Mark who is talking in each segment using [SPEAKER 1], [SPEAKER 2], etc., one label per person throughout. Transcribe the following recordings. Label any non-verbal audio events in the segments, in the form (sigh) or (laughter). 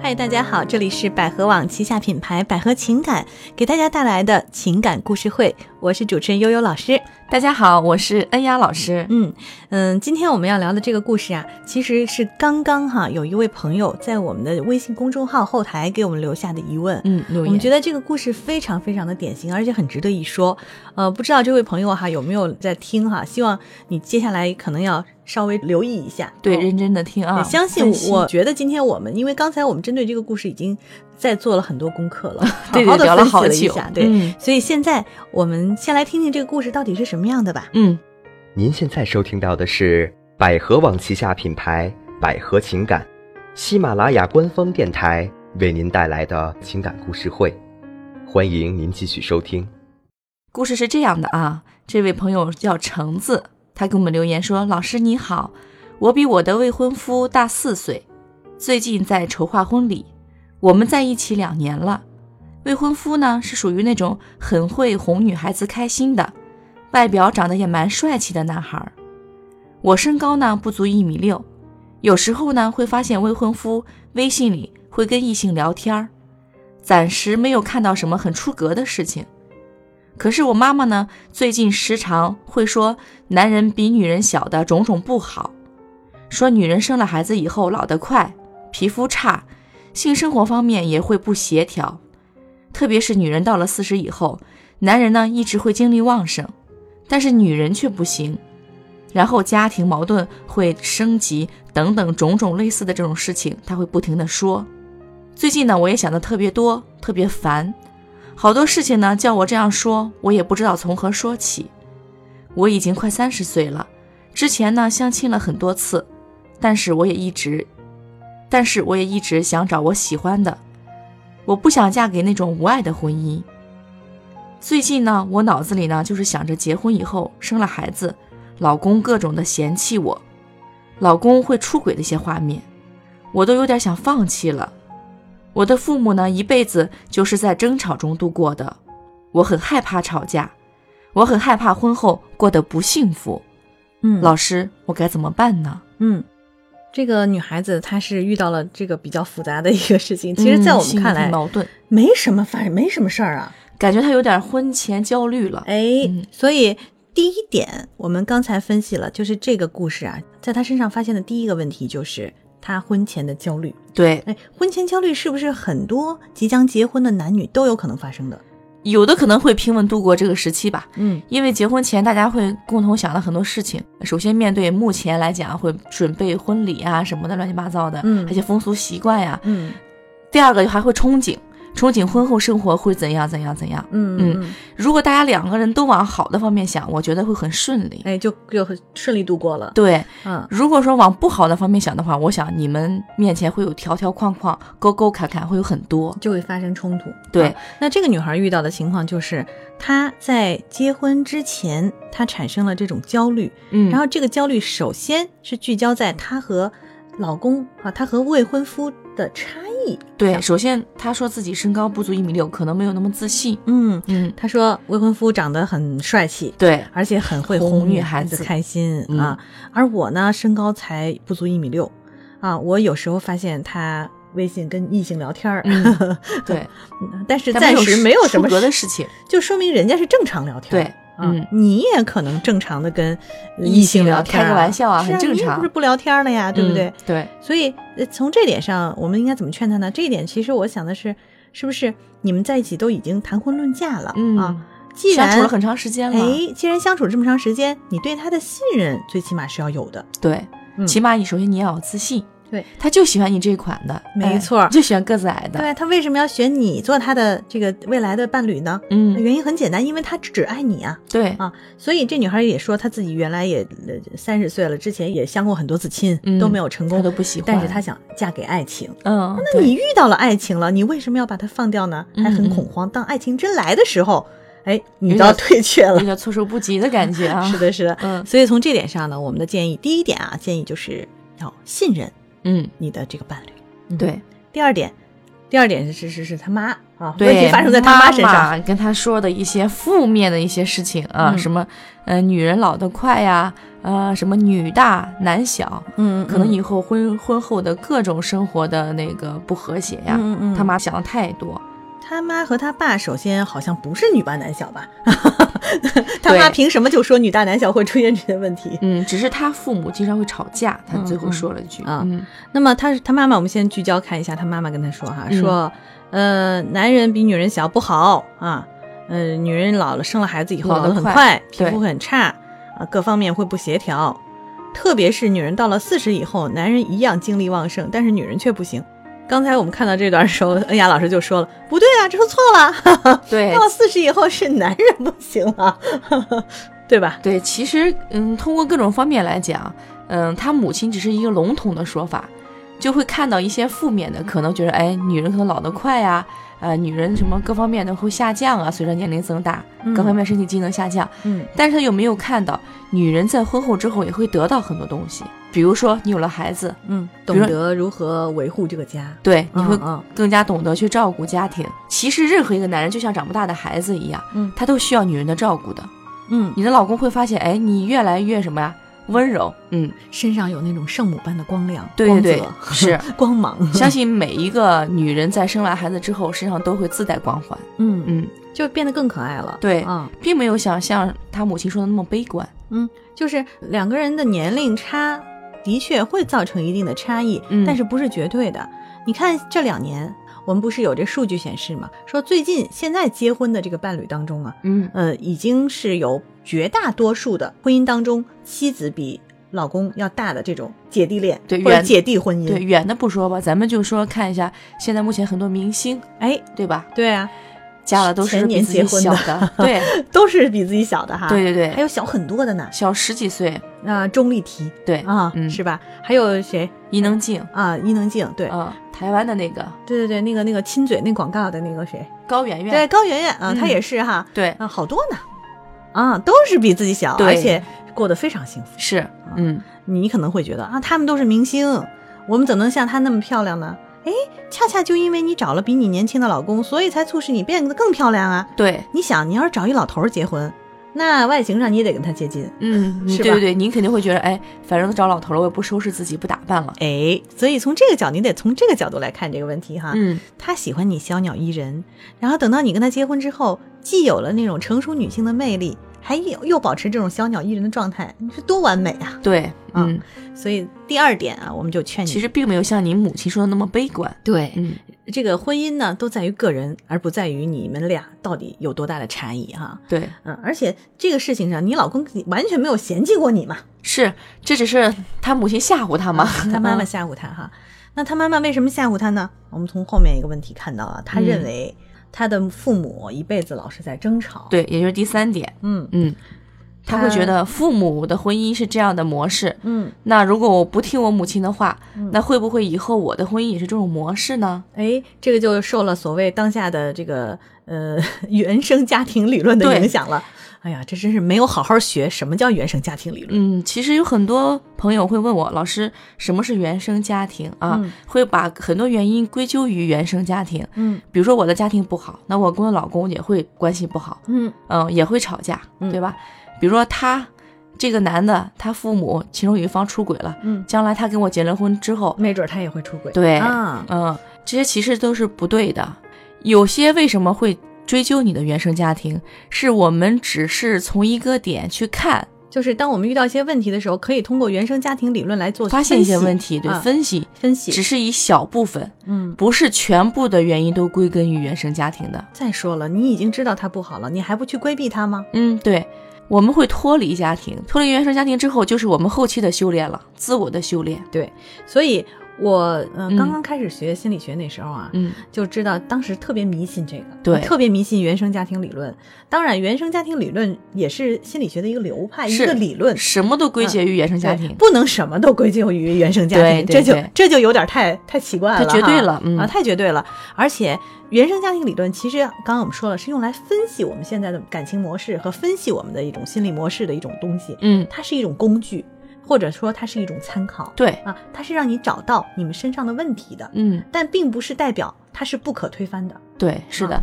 [SPEAKER 1] 嗨，大家好，这里是百合网旗下品牌百合情感给大家带来的情感故事会，我是主持人悠悠老师。
[SPEAKER 2] 大家好，我是恩雅老师。
[SPEAKER 1] 嗯嗯，今天我们要聊的这个故事啊，其实是刚刚哈有一位朋友在我们的微信公众号后台给我们留下的疑问。
[SPEAKER 2] 嗯，留
[SPEAKER 1] 我们
[SPEAKER 2] 言
[SPEAKER 1] 觉得这个故事非常非常的典型，而且很值得一说。呃，不知道这位朋友哈有没有在听哈？希望你接下来可能要稍微留意一下。
[SPEAKER 2] 对
[SPEAKER 1] 哦
[SPEAKER 2] 认真的听啊，
[SPEAKER 1] 也相信
[SPEAKER 2] 分
[SPEAKER 1] 我，
[SPEAKER 2] 析
[SPEAKER 1] 我觉得今天我们因为刚才我们针对这个故事已经在做了很多功课了，
[SPEAKER 2] (laughs) 对
[SPEAKER 1] 好好
[SPEAKER 2] 对
[SPEAKER 1] 的
[SPEAKER 2] 聊了好
[SPEAKER 1] 一
[SPEAKER 2] 久
[SPEAKER 1] 下，，对，
[SPEAKER 2] 嗯
[SPEAKER 1] 所以现在我们先来听听这个故事到底是什么样的吧。
[SPEAKER 2] 嗯，
[SPEAKER 3] 您现在收听到的是百合网旗下品牌百合情感，喜马拉雅官方电台为您带来的情感故事会，欢迎您继续收听。
[SPEAKER 2] 故事是这样的啊，这位朋友叫橙子，他给我们留言说：“老师你好，我比我的未婚夫大四岁，最近在筹划婚礼，我们在一起两年了。未婚夫呢是属于那种很会哄女孩子开心的，外表长得也蛮帅气的男孩儿。我身高呢不足一米六，有时候呢会发现未婚夫微信里会跟异性聊天儿，暂时没有看到什么很出格的事情。”可是我妈妈呢，最近时常会说男人比女人小的种种不好，说女人生了孩子以后老得快，皮肤差，性生活方面也会不协调，特别是女人到了四十以后，男人呢一直会精力旺盛，但是女人却不行，然后家庭矛盾会升级等等种种类似的这种事情，她会不停的说。最近呢，我也想的特别多，特别烦，好多事情呢，叫我这样说，我也不知道从何说起。我已经快三十岁了，之前呢相亲了很多次，但是我也一直，但是我也一直想找我喜欢的，我不想嫁给那种无爱的婚姻。最近呢，我脑子里呢就是想着结婚以后生了孩子，老公各种的嫌弃我，老公会出轨的一些画面，我都有点想放弃了。我的父母呢，一辈子就是在争吵中度过的。我很害怕吵架，我很害怕婚后过得不幸福。
[SPEAKER 1] 嗯
[SPEAKER 2] 老师，我该怎么办呢？
[SPEAKER 1] 嗯，这个女孩子她是遇到了这个比较复杂的一个事情，其实，在我们
[SPEAKER 2] 嗯心里
[SPEAKER 1] 看来、
[SPEAKER 2] 挺矛盾，
[SPEAKER 1] 没什么，反正没什么事儿啊。
[SPEAKER 2] 感觉他有点婚前焦虑了。
[SPEAKER 1] 哎，
[SPEAKER 2] 嗯
[SPEAKER 1] 所以第一点，我们刚才分析了，就是这个故事啊，在她身上发现的第一个问题就是她婚前的焦虑。
[SPEAKER 2] 对，
[SPEAKER 1] 哎，婚前焦虑是不是很多即将结婚的男女都有可能发生的？
[SPEAKER 2] 有的可能会平稳度过这个时期吧，
[SPEAKER 1] 嗯，
[SPEAKER 2] 因为结婚前大家会共同想了很多事情。首先，面对目前来讲，会准备婚礼啊什么的乱七八糟的，
[SPEAKER 1] 嗯
[SPEAKER 2] 而且风俗习惯呀、
[SPEAKER 1] 嗯
[SPEAKER 2] 第二个还会憧憬，憧憬婚后生活会怎样怎样怎样。
[SPEAKER 1] 嗯嗯，
[SPEAKER 2] 如果大家两个人都往好的方面想，我觉得会很顺利。
[SPEAKER 1] 哎，就就很顺利度过了。
[SPEAKER 2] 对，
[SPEAKER 1] 嗯
[SPEAKER 2] 如果说往不好的方面想的话，我想你们面前会有条条框框、沟沟坎坎，会有很多。
[SPEAKER 1] 就会发生冲突。
[SPEAKER 2] 对
[SPEAKER 1] 啊那这个女孩遇到的情况就是，她在结婚之前，她产生了这种焦虑，
[SPEAKER 2] 嗯
[SPEAKER 1] 然后这个焦虑首先是聚焦在她和老公啊，她和未婚夫的差异。
[SPEAKER 2] 对，首先他说自己身高不足一米六，可能没有那么自信。
[SPEAKER 1] 嗯，
[SPEAKER 2] 嗯，
[SPEAKER 1] 她说未婚夫长得很帅气。
[SPEAKER 2] 对，
[SPEAKER 1] 而且很会
[SPEAKER 2] 哄
[SPEAKER 1] 哄
[SPEAKER 2] 女
[SPEAKER 1] 女
[SPEAKER 2] 孩
[SPEAKER 1] 孩子
[SPEAKER 2] 子嗯
[SPEAKER 1] 开心、啊。而我呢，身高才不足一米六啊，我有时候发现他微信跟异性聊天儿，
[SPEAKER 2] 嗯对，
[SPEAKER 1] (laughs) 但是
[SPEAKER 2] 但
[SPEAKER 1] 暂时没有什么
[SPEAKER 2] 出格的
[SPEAKER 1] (laughs)
[SPEAKER 2] 事情。
[SPEAKER 1] 就说明人家是正常聊天儿。
[SPEAKER 2] 对
[SPEAKER 1] 啊
[SPEAKER 2] 嗯
[SPEAKER 1] 你也可能正常的跟
[SPEAKER 2] 异性
[SPEAKER 1] 性
[SPEAKER 2] 聊
[SPEAKER 1] 聊天儿啊、
[SPEAKER 2] 开个玩笑啊
[SPEAKER 1] 是啊，
[SPEAKER 2] 很正
[SPEAKER 1] 你也
[SPEAKER 2] 常
[SPEAKER 1] 不是不聊天儿了呀，对不对？
[SPEAKER 2] 嗯对，
[SPEAKER 1] 所以呃从这点上，我们应该怎么劝他呢？这一点其实我想的是，是不是你们在一起都已经谈婚论嫁了、
[SPEAKER 2] 嗯，
[SPEAKER 1] 啊？既
[SPEAKER 2] 相
[SPEAKER 1] 然
[SPEAKER 2] 处了很长时间了，
[SPEAKER 1] 哎，既然相处这么长时间，你对他的信任最起码是要有的。
[SPEAKER 2] 对，
[SPEAKER 1] 嗯
[SPEAKER 2] 起码你首先你要有自信。
[SPEAKER 1] 对，
[SPEAKER 2] 他就喜欢你这款的，
[SPEAKER 1] 没
[SPEAKER 2] 哎
[SPEAKER 1] 错
[SPEAKER 2] 就喜欢个子矮的。
[SPEAKER 1] 对他为什么要选你做他的这个未来的伴侣呢？
[SPEAKER 2] 嗯，
[SPEAKER 1] 原因很简单，因为他只爱你啊。
[SPEAKER 2] 对，
[SPEAKER 1] 啊所以这女孩也说，她自己原来也呃三十岁了，之前也相过很多次亲，
[SPEAKER 2] 嗯
[SPEAKER 1] 都没有成
[SPEAKER 2] 他
[SPEAKER 1] 功
[SPEAKER 2] 都。不喜欢。
[SPEAKER 1] 但是她想嫁给爱情，
[SPEAKER 2] 嗯，
[SPEAKER 1] 那
[SPEAKER 2] 对嗯
[SPEAKER 1] 你遇到了爱情了，你为什么要把它放掉呢？还很恐慌。当爱情真来的时候，哎，你
[SPEAKER 2] 有
[SPEAKER 1] 倒
[SPEAKER 2] 点
[SPEAKER 1] 退却了
[SPEAKER 2] (laughs) 有。点措手不及的感觉啊。
[SPEAKER 1] (laughs) 是，的，是的。
[SPEAKER 2] 嗯
[SPEAKER 1] 所以从这点上呢，我们的建议，第一点啊，建议就是要信任
[SPEAKER 2] 嗯，
[SPEAKER 1] 你的这个伴侣。
[SPEAKER 2] 对，
[SPEAKER 1] 第二点，第二点是是是他妈啊，啊，问题
[SPEAKER 2] 对，
[SPEAKER 1] 发生在他妈身上。
[SPEAKER 2] 妈跟他说的一些负面的一些事情啊，
[SPEAKER 1] 嗯
[SPEAKER 2] 什么呃女人老得快呀、呃什么女大男小，
[SPEAKER 1] 嗯，嗯
[SPEAKER 2] 可能以后婚婚后的各种生活的那个不和谐呀，
[SPEAKER 1] 嗯嗯嗯
[SPEAKER 2] 他妈想的太多，
[SPEAKER 1] 他妈和他爸首先好像不是女大男小吧？ (laughs) 他妈
[SPEAKER 2] 对
[SPEAKER 1] 凭什么就说女大男小会出现这些问题？
[SPEAKER 2] 嗯，只是他父母经常会吵架，他
[SPEAKER 1] 嗯
[SPEAKER 2] 最后
[SPEAKER 1] 嗯
[SPEAKER 2] 说了一句，
[SPEAKER 1] 啊
[SPEAKER 2] 嗯
[SPEAKER 1] 那么他他妈妈，我们先聚焦看一下他妈妈跟他说哈，
[SPEAKER 2] 嗯
[SPEAKER 1] 说，呃，男人比女人小不好啊，呃，女人老了生了孩子以后
[SPEAKER 2] 老
[SPEAKER 1] 老
[SPEAKER 2] 得
[SPEAKER 1] 得很
[SPEAKER 2] 快
[SPEAKER 1] 快，皮
[SPEAKER 2] 对
[SPEAKER 1] 肤很差啊，各方面会不协调，特别是女人到了四十以后，男人一样精力旺盛，但是女人却不行。刚才我们看到这段的时候，恩雅老师就说了，不对啊，这说错了，
[SPEAKER 2] 对
[SPEAKER 1] 到了 (laughs) 四十以后是男人不行了，对吧？
[SPEAKER 2] 对，其实嗯，通过各种方面来讲，嗯，他母亲只是一个笼统的说法，就会看到一些负面的，可能觉得哎，女人可能老得快呀、呃，女人什么各方面都会下降啊，随着年龄增大，各方面身体机能下降。
[SPEAKER 1] 嗯
[SPEAKER 2] 但是他有没有看到，女人在婚后之后也会得到很多东西，比如说你有了孩子，
[SPEAKER 1] 嗯，
[SPEAKER 2] 比
[SPEAKER 1] 懂
[SPEAKER 2] 如说
[SPEAKER 1] 得如何维护这个家，
[SPEAKER 2] 对，你会
[SPEAKER 1] 嗯嗯
[SPEAKER 2] 更加懂得去照顾家庭。其实任何一个男人就像长不大的孩子一样，
[SPEAKER 1] 嗯
[SPEAKER 2] 他都需要女人的照顾的。
[SPEAKER 1] 嗯，
[SPEAKER 2] 你的老公会发现，哎，你越来越什么呀？温柔，嗯，
[SPEAKER 1] 身上有那种圣母般的光亮，
[SPEAKER 2] 对对
[SPEAKER 1] 光泽
[SPEAKER 2] (laughs) 是
[SPEAKER 1] 光芒，
[SPEAKER 2] 相信每一个女人在生完孩子之后，身上都会自带光环。
[SPEAKER 1] 嗯嗯，
[SPEAKER 2] 嗯，
[SPEAKER 1] 就变得更可爱了，
[SPEAKER 2] 对
[SPEAKER 1] 啊，
[SPEAKER 2] 并没有想像她母亲说的那么悲观。
[SPEAKER 1] 嗯，就是两个人的年龄差的确会造成一定的差异，
[SPEAKER 2] 嗯
[SPEAKER 1] 但是不是绝对的。你看这两年，我们不是有这数据显示嘛，说最近现在结婚的这个伴侣当中啊，
[SPEAKER 2] 嗯
[SPEAKER 1] 呃，已经是有绝大多数的婚姻当中，妻子比老公要大的这种姐弟恋，
[SPEAKER 2] 对
[SPEAKER 1] 或者
[SPEAKER 2] 远
[SPEAKER 1] 姐弟婚姻，
[SPEAKER 2] 对，，远的不说吧，咱们就说看一下现在目前很多明星，
[SPEAKER 1] 哎，
[SPEAKER 2] 对吧？
[SPEAKER 1] 对啊，
[SPEAKER 2] 嫁了都是
[SPEAKER 1] 前
[SPEAKER 2] 比
[SPEAKER 1] 年
[SPEAKER 2] 自己
[SPEAKER 1] 结婚
[SPEAKER 2] 小
[SPEAKER 1] 的
[SPEAKER 2] 的，
[SPEAKER 1] (laughs)
[SPEAKER 2] 对
[SPEAKER 1] 都是比自己小的哈，
[SPEAKER 2] 对对对，
[SPEAKER 1] 还有小很多的呢，
[SPEAKER 2] 小十几岁，
[SPEAKER 1] 那、呃钟丽缇
[SPEAKER 2] 对
[SPEAKER 1] 啊，
[SPEAKER 2] 嗯，
[SPEAKER 1] 是吧？还有谁
[SPEAKER 2] 伊能静，
[SPEAKER 1] 啊？伊能静，对，
[SPEAKER 2] 嗯，台湾的那个
[SPEAKER 1] 对对对，那个那个亲嘴那广告的那个谁，
[SPEAKER 2] 高圆
[SPEAKER 1] 对，
[SPEAKER 2] 圆，
[SPEAKER 1] 高圆圆啊，
[SPEAKER 2] 嗯
[SPEAKER 1] 她也是哈，
[SPEAKER 2] 对，
[SPEAKER 1] 啊，好多呢，啊，都是比自己小，
[SPEAKER 2] 对
[SPEAKER 1] 而且过得非常幸福。
[SPEAKER 2] 是，嗯，
[SPEAKER 1] 你可能会觉得啊，他们都是明星，我们怎么能像她那么漂亮呢？哎，恰恰就因为你找了比你年轻的老公，所以才促使你变得更漂亮啊！
[SPEAKER 2] 对，
[SPEAKER 1] 你想，你要是找一老头儿结婚，那外形上你也得跟他接近，
[SPEAKER 2] 嗯，你
[SPEAKER 1] 是
[SPEAKER 2] 对
[SPEAKER 1] 吧
[SPEAKER 2] 对对，您肯定会觉得，哎，反正都找老头了，我也不收拾自己，不打扮了，
[SPEAKER 1] 哎，所以从这个角，你得从这个角度来看这个问题哈。
[SPEAKER 2] 嗯，
[SPEAKER 1] 他喜欢你小鸟依人，然后等到你跟他结婚之后，既有了那种成熟女性的魅力，还有又保持这种小鸟依人的状态，你说多完美啊！
[SPEAKER 2] 对，
[SPEAKER 1] 啊
[SPEAKER 2] 嗯，
[SPEAKER 1] 所以第二点啊，我们就劝你，
[SPEAKER 2] 其实并没有像您母亲说的那么悲观，
[SPEAKER 1] 对、
[SPEAKER 2] 嗯。
[SPEAKER 1] 这个婚姻呢，都在于个人，而不在于你们俩到底有多大的差异哈、
[SPEAKER 2] 对，
[SPEAKER 1] 嗯，而且这个事情上，你老公完全没有嫌弃过你嘛，
[SPEAKER 2] 是，这只是他母亲吓唬他嘛，
[SPEAKER 1] 他妈妈
[SPEAKER 2] 嗯
[SPEAKER 1] 吓唬他哈。那他妈妈为什么吓唬他呢？我们从后面一个问题看到啊，他
[SPEAKER 2] 嗯
[SPEAKER 1] 认为他的父母一辈子老是在争吵。，
[SPEAKER 2] 对，也就是第三点，
[SPEAKER 1] 嗯
[SPEAKER 2] 嗯，他会
[SPEAKER 1] 他
[SPEAKER 2] 觉得父母的婚姻是这样的模式，
[SPEAKER 1] 嗯，
[SPEAKER 2] 那如果我不听我母亲的话，
[SPEAKER 1] 嗯
[SPEAKER 2] 那会不会以后我的婚姻也是这种模式呢？
[SPEAKER 1] 哎，这个就受了所谓当下的这个呃 (laughs) 原生家庭理论的
[SPEAKER 2] 对
[SPEAKER 1] 影响了。哎呀，这真是没有好好学什么叫原生家庭理论。
[SPEAKER 2] 嗯，其实有很多朋友会问我，老师，什么是原生家庭啊？
[SPEAKER 1] 嗯
[SPEAKER 2] 会把很多原因归咎于原生家庭，
[SPEAKER 1] 嗯
[SPEAKER 2] 比如说我的家庭不好，那我跟我老公也会关系不好，
[SPEAKER 1] 嗯
[SPEAKER 2] 嗯，也会吵架，
[SPEAKER 1] 嗯
[SPEAKER 2] 对吧？比如说他这个男的，他父母其中有一方出轨了，
[SPEAKER 1] 嗯，
[SPEAKER 2] 将来他跟我结了婚之后，
[SPEAKER 1] 没准他也会出轨。
[SPEAKER 2] 对
[SPEAKER 1] 啊，
[SPEAKER 2] 嗯，这些其实都是不对的。有些为什么会追究你的原生家庭，是我们只是从一个点去看，
[SPEAKER 1] 就是当我们遇到一些问题的时候，可以通过原生家庭理论来做
[SPEAKER 2] 发现一些
[SPEAKER 1] 分析
[SPEAKER 2] 问题，对，
[SPEAKER 1] 啊
[SPEAKER 2] 分析，
[SPEAKER 1] 分析。
[SPEAKER 2] 只是一小部分，
[SPEAKER 1] 嗯，
[SPEAKER 2] 不是全部的原因都归根于原生家庭的。
[SPEAKER 1] 再说了，你已经知道他不好了，你还不去规避他吗？
[SPEAKER 2] 嗯，对，我们会脱离家庭，脱离原生家庭之后，就是我们后期的修炼了，自我的修炼。
[SPEAKER 1] 对，所以我、呃、
[SPEAKER 2] 嗯
[SPEAKER 1] 刚刚开始学心理学那时候啊，
[SPEAKER 2] 嗯，
[SPEAKER 1] 就知道当时特别迷信这个，
[SPEAKER 2] 对
[SPEAKER 1] 特别迷信原生家庭理论。当然，原生家庭理论也是心理学的一个流派，一
[SPEAKER 2] 是
[SPEAKER 1] 个理论。
[SPEAKER 2] 什么都归结于原生家
[SPEAKER 1] 嗯对
[SPEAKER 2] 庭。
[SPEAKER 1] 不能什么都归咎于原生家
[SPEAKER 2] 对
[SPEAKER 1] 庭，
[SPEAKER 2] 对
[SPEAKER 1] 这就
[SPEAKER 2] 对
[SPEAKER 1] 这就有点太太奇怪了哈，
[SPEAKER 2] 太绝对了嗯
[SPEAKER 1] 啊，太绝对了。而且原生家庭理论其实刚刚我们说了，是用来分析我们现在的感情模式和分析我们的一种心理模式的一种东西，
[SPEAKER 2] 嗯，
[SPEAKER 1] 它是一种工具，或者说它是一种参考
[SPEAKER 2] 对，
[SPEAKER 1] 啊，它是让你找到你们身上的问题的，
[SPEAKER 2] 嗯，
[SPEAKER 1] 但并不是代表它是不可推翻的。
[SPEAKER 2] 对，是的。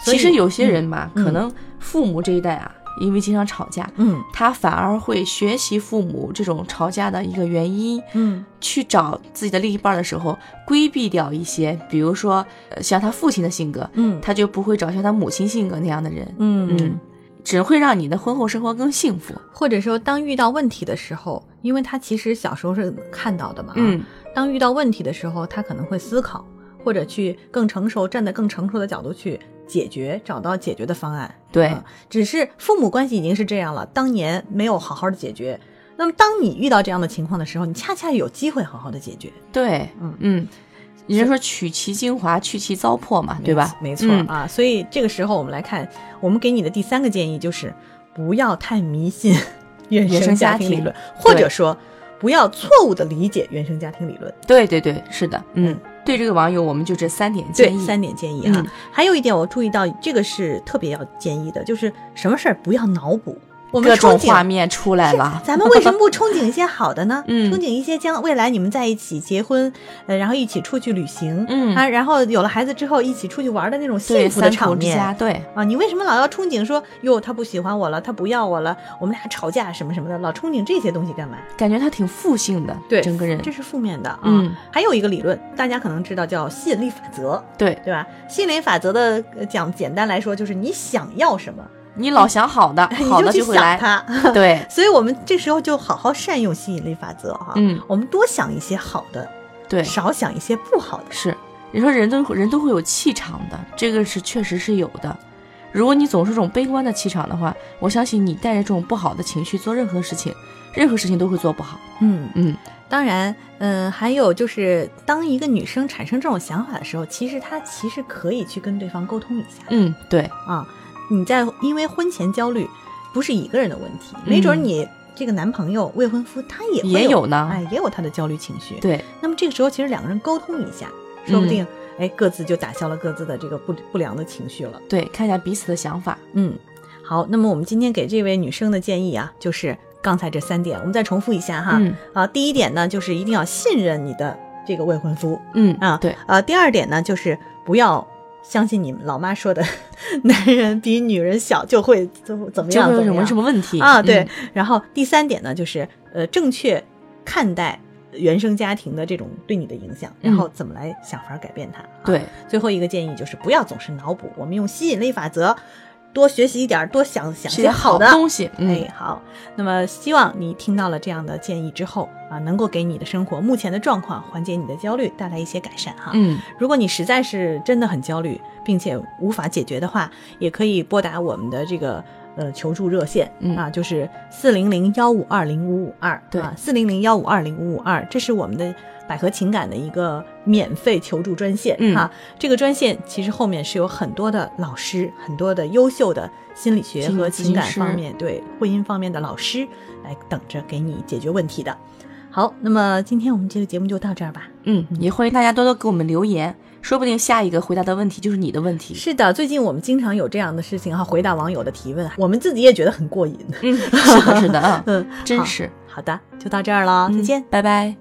[SPEAKER 1] 所以
[SPEAKER 2] 其实有些人吧，
[SPEAKER 1] 嗯嗯嗯
[SPEAKER 2] 可能父母这一代啊，因为经常吵架，
[SPEAKER 1] 嗯
[SPEAKER 2] 他反而会学习父母这种吵架的一个原因，
[SPEAKER 1] 嗯
[SPEAKER 2] 去找自己的另一半的时候，规避掉一些，比如说呃像他父亲的性格，
[SPEAKER 1] 嗯
[SPEAKER 2] 他就不会找像他母亲性格那样的人，
[SPEAKER 1] 嗯
[SPEAKER 2] 嗯，只会让你的婚后生活更幸福。
[SPEAKER 1] 或者说当遇到问题的时候，因为他其实小时候是看到的嘛，，啊
[SPEAKER 2] 嗯，
[SPEAKER 1] 当遇到问题的时候，他可能会思考，或者去更成熟，站在更成熟的角度去解决，找到解决的方案。
[SPEAKER 2] 对
[SPEAKER 1] 嗯只是父母关系已经是这样了，当年没有好好的解决。那么，当你遇到这样的情况的时候，你恰恰有机会好好的解决，
[SPEAKER 2] 对，
[SPEAKER 1] 嗯
[SPEAKER 2] 嗯，人家说取其精华，去其糟粕嘛，对吧？
[SPEAKER 1] 没错、
[SPEAKER 2] 嗯
[SPEAKER 1] 啊，所以这个时候我们来看，我们给你的第三个建议就是不要太迷
[SPEAKER 2] (laughs)
[SPEAKER 1] 信原
[SPEAKER 2] 原
[SPEAKER 1] 生
[SPEAKER 2] 生
[SPEAKER 1] 家
[SPEAKER 2] 家
[SPEAKER 1] 庭理
[SPEAKER 2] 庭
[SPEAKER 1] 论，或者
[SPEAKER 2] 对
[SPEAKER 1] 说不要错误的理解原生家庭理论。
[SPEAKER 2] 对对对，是的，
[SPEAKER 1] 嗯
[SPEAKER 2] 嗯，对这个网友，我们就这三点
[SPEAKER 1] 对
[SPEAKER 2] 建议，
[SPEAKER 1] 三点建议啊。
[SPEAKER 2] 嗯
[SPEAKER 1] 还有一点我注意到，这个是特别要建议的，就是什么事儿不要脑补。我们
[SPEAKER 2] 各种
[SPEAKER 1] 憧憬
[SPEAKER 2] 画面出来了
[SPEAKER 1] 是，咱们为什么不憧憬一些好的呢？
[SPEAKER 2] (laughs) 嗯
[SPEAKER 1] 憧憬一些将未来你们在一起结婚，呃，然后一起出去旅行，
[SPEAKER 2] 嗯
[SPEAKER 1] 啊，然后有了孩子之后一起出去玩的那种
[SPEAKER 2] 对
[SPEAKER 1] 幸福的
[SPEAKER 2] 三口
[SPEAKER 1] 场
[SPEAKER 2] 之
[SPEAKER 1] 面
[SPEAKER 2] 家，对，
[SPEAKER 1] 啊！你为什么老要憧憬说，哟，他不喜欢我了，他不要我了，我们俩吵架什么什么的，老憧憬这些东西干嘛？
[SPEAKER 2] 感觉他挺负性的，
[SPEAKER 1] 对
[SPEAKER 2] 整个人，
[SPEAKER 1] 这是负面的啊。
[SPEAKER 2] 嗯，
[SPEAKER 1] 还有一个理论，大家可能知道叫吸引力法则，
[SPEAKER 2] 对
[SPEAKER 1] 对吧？吸引力法则的呃讲简单来说，就是你想要什么，
[SPEAKER 2] 你老想好的，
[SPEAKER 1] (laughs) 你
[SPEAKER 2] 好的
[SPEAKER 1] 去
[SPEAKER 2] 会
[SPEAKER 1] 想
[SPEAKER 2] 来，
[SPEAKER 1] 它。 (laughs)
[SPEAKER 2] 对，
[SPEAKER 1] 所以我们这时候就好好善用吸引力法则哈。
[SPEAKER 2] 嗯，
[SPEAKER 1] 我们多想一些好的，
[SPEAKER 2] 对，
[SPEAKER 1] 少想一些不好的。
[SPEAKER 2] 是，你说人都人都会有气场的，这个是确实是有的。如果你总是这种悲观的气场的话，我相信你带着这种不好的情绪做任何事情，任何事情都会做不好。
[SPEAKER 1] 嗯，
[SPEAKER 2] 嗯，
[SPEAKER 1] 当然，嗯，还有就是，当一个女生产生这种想法的时候，其实她其实可以去跟对方沟通一下的。
[SPEAKER 2] 嗯，对，
[SPEAKER 1] 啊，你在因为婚前焦虑不是一个人的问题，没准
[SPEAKER 2] 嗯
[SPEAKER 1] 你这个男朋友、未婚夫他也会
[SPEAKER 2] 也有呢
[SPEAKER 1] 哎，也有他的焦虑情绪。，
[SPEAKER 2] 对，
[SPEAKER 1] 那么这个时候其实两个人沟通一下，说不
[SPEAKER 2] 嗯
[SPEAKER 1] 定、哎各自就打消了各自的这个不不良的情绪了。
[SPEAKER 2] 对，看一下彼此的想法。
[SPEAKER 1] 嗯，好，那么我们今天给这位女生的建议啊，就是刚才这三点，我们再重复一下哈。
[SPEAKER 2] 嗯
[SPEAKER 1] 啊，第一点呢，就是一定要信任你的这个未婚夫。
[SPEAKER 2] 嗯
[SPEAKER 1] 啊
[SPEAKER 2] 对，
[SPEAKER 1] 呃，第二点呢，就是不要相信你们老妈说的， (laughs) 男人比女人小就会怎么怎么
[SPEAKER 2] 这
[SPEAKER 1] 样
[SPEAKER 2] 会有
[SPEAKER 1] 怎
[SPEAKER 2] 什
[SPEAKER 1] 么
[SPEAKER 2] 么什
[SPEAKER 1] 样
[SPEAKER 2] 么问题
[SPEAKER 1] 啊？对
[SPEAKER 2] 嗯。
[SPEAKER 1] 然后第三点呢，就是呃，正确看待原生家庭的这种对你的影响，然
[SPEAKER 2] 嗯
[SPEAKER 1] 后怎么来想法改变它。啊，
[SPEAKER 2] 对，
[SPEAKER 1] 最后一个建议就是不要总是脑补，我们用吸引力法则，多学习一点儿，多想想
[SPEAKER 2] 是
[SPEAKER 1] 些
[SPEAKER 2] 点
[SPEAKER 1] 好
[SPEAKER 2] 好
[SPEAKER 1] 的。
[SPEAKER 2] 东西。嗯
[SPEAKER 1] 哎，，好，那么希望你听到了这样的建议之后啊，能够给你的生活目前的状况缓解你的焦虑，带来一些改善哈。
[SPEAKER 2] 嗯，
[SPEAKER 1] 如果你实在是真的很焦虑，并且无法解决的话，也可以拨打我们的这个呃求助热线、
[SPEAKER 2] 嗯
[SPEAKER 1] 啊，就是四零零幺五二零五五二，
[SPEAKER 2] 对
[SPEAKER 1] 啊，四零零幺五二零五五二，这是我们的百合情感的一个免费求助专线、
[SPEAKER 2] 嗯
[SPEAKER 1] 啊。这个专线其实后面是有很多的老师，很多的优秀的心理学
[SPEAKER 2] 心理
[SPEAKER 1] 和
[SPEAKER 2] 咨询
[SPEAKER 1] 情感
[SPEAKER 2] 师
[SPEAKER 1] 方面对婚姻方面的老师来等着给你解决问题的。好，那么今天我们这个节目就到这儿吧。
[SPEAKER 2] 嗯，也欢迎大家多多给我们留言，说不定下一个回答的问题就是你的问题。
[SPEAKER 1] 是的，最近我们经常有这样的事情哈，回答网友的提问，我们自己也觉得很过瘾。
[SPEAKER 2] 嗯，是的，是的，
[SPEAKER 1] (laughs)
[SPEAKER 2] 嗯，
[SPEAKER 1] 嗯，
[SPEAKER 2] 真
[SPEAKER 1] 好。
[SPEAKER 2] 是。
[SPEAKER 1] 好的，就到这儿了，再
[SPEAKER 2] 嗯
[SPEAKER 1] 见。，
[SPEAKER 2] 拜拜。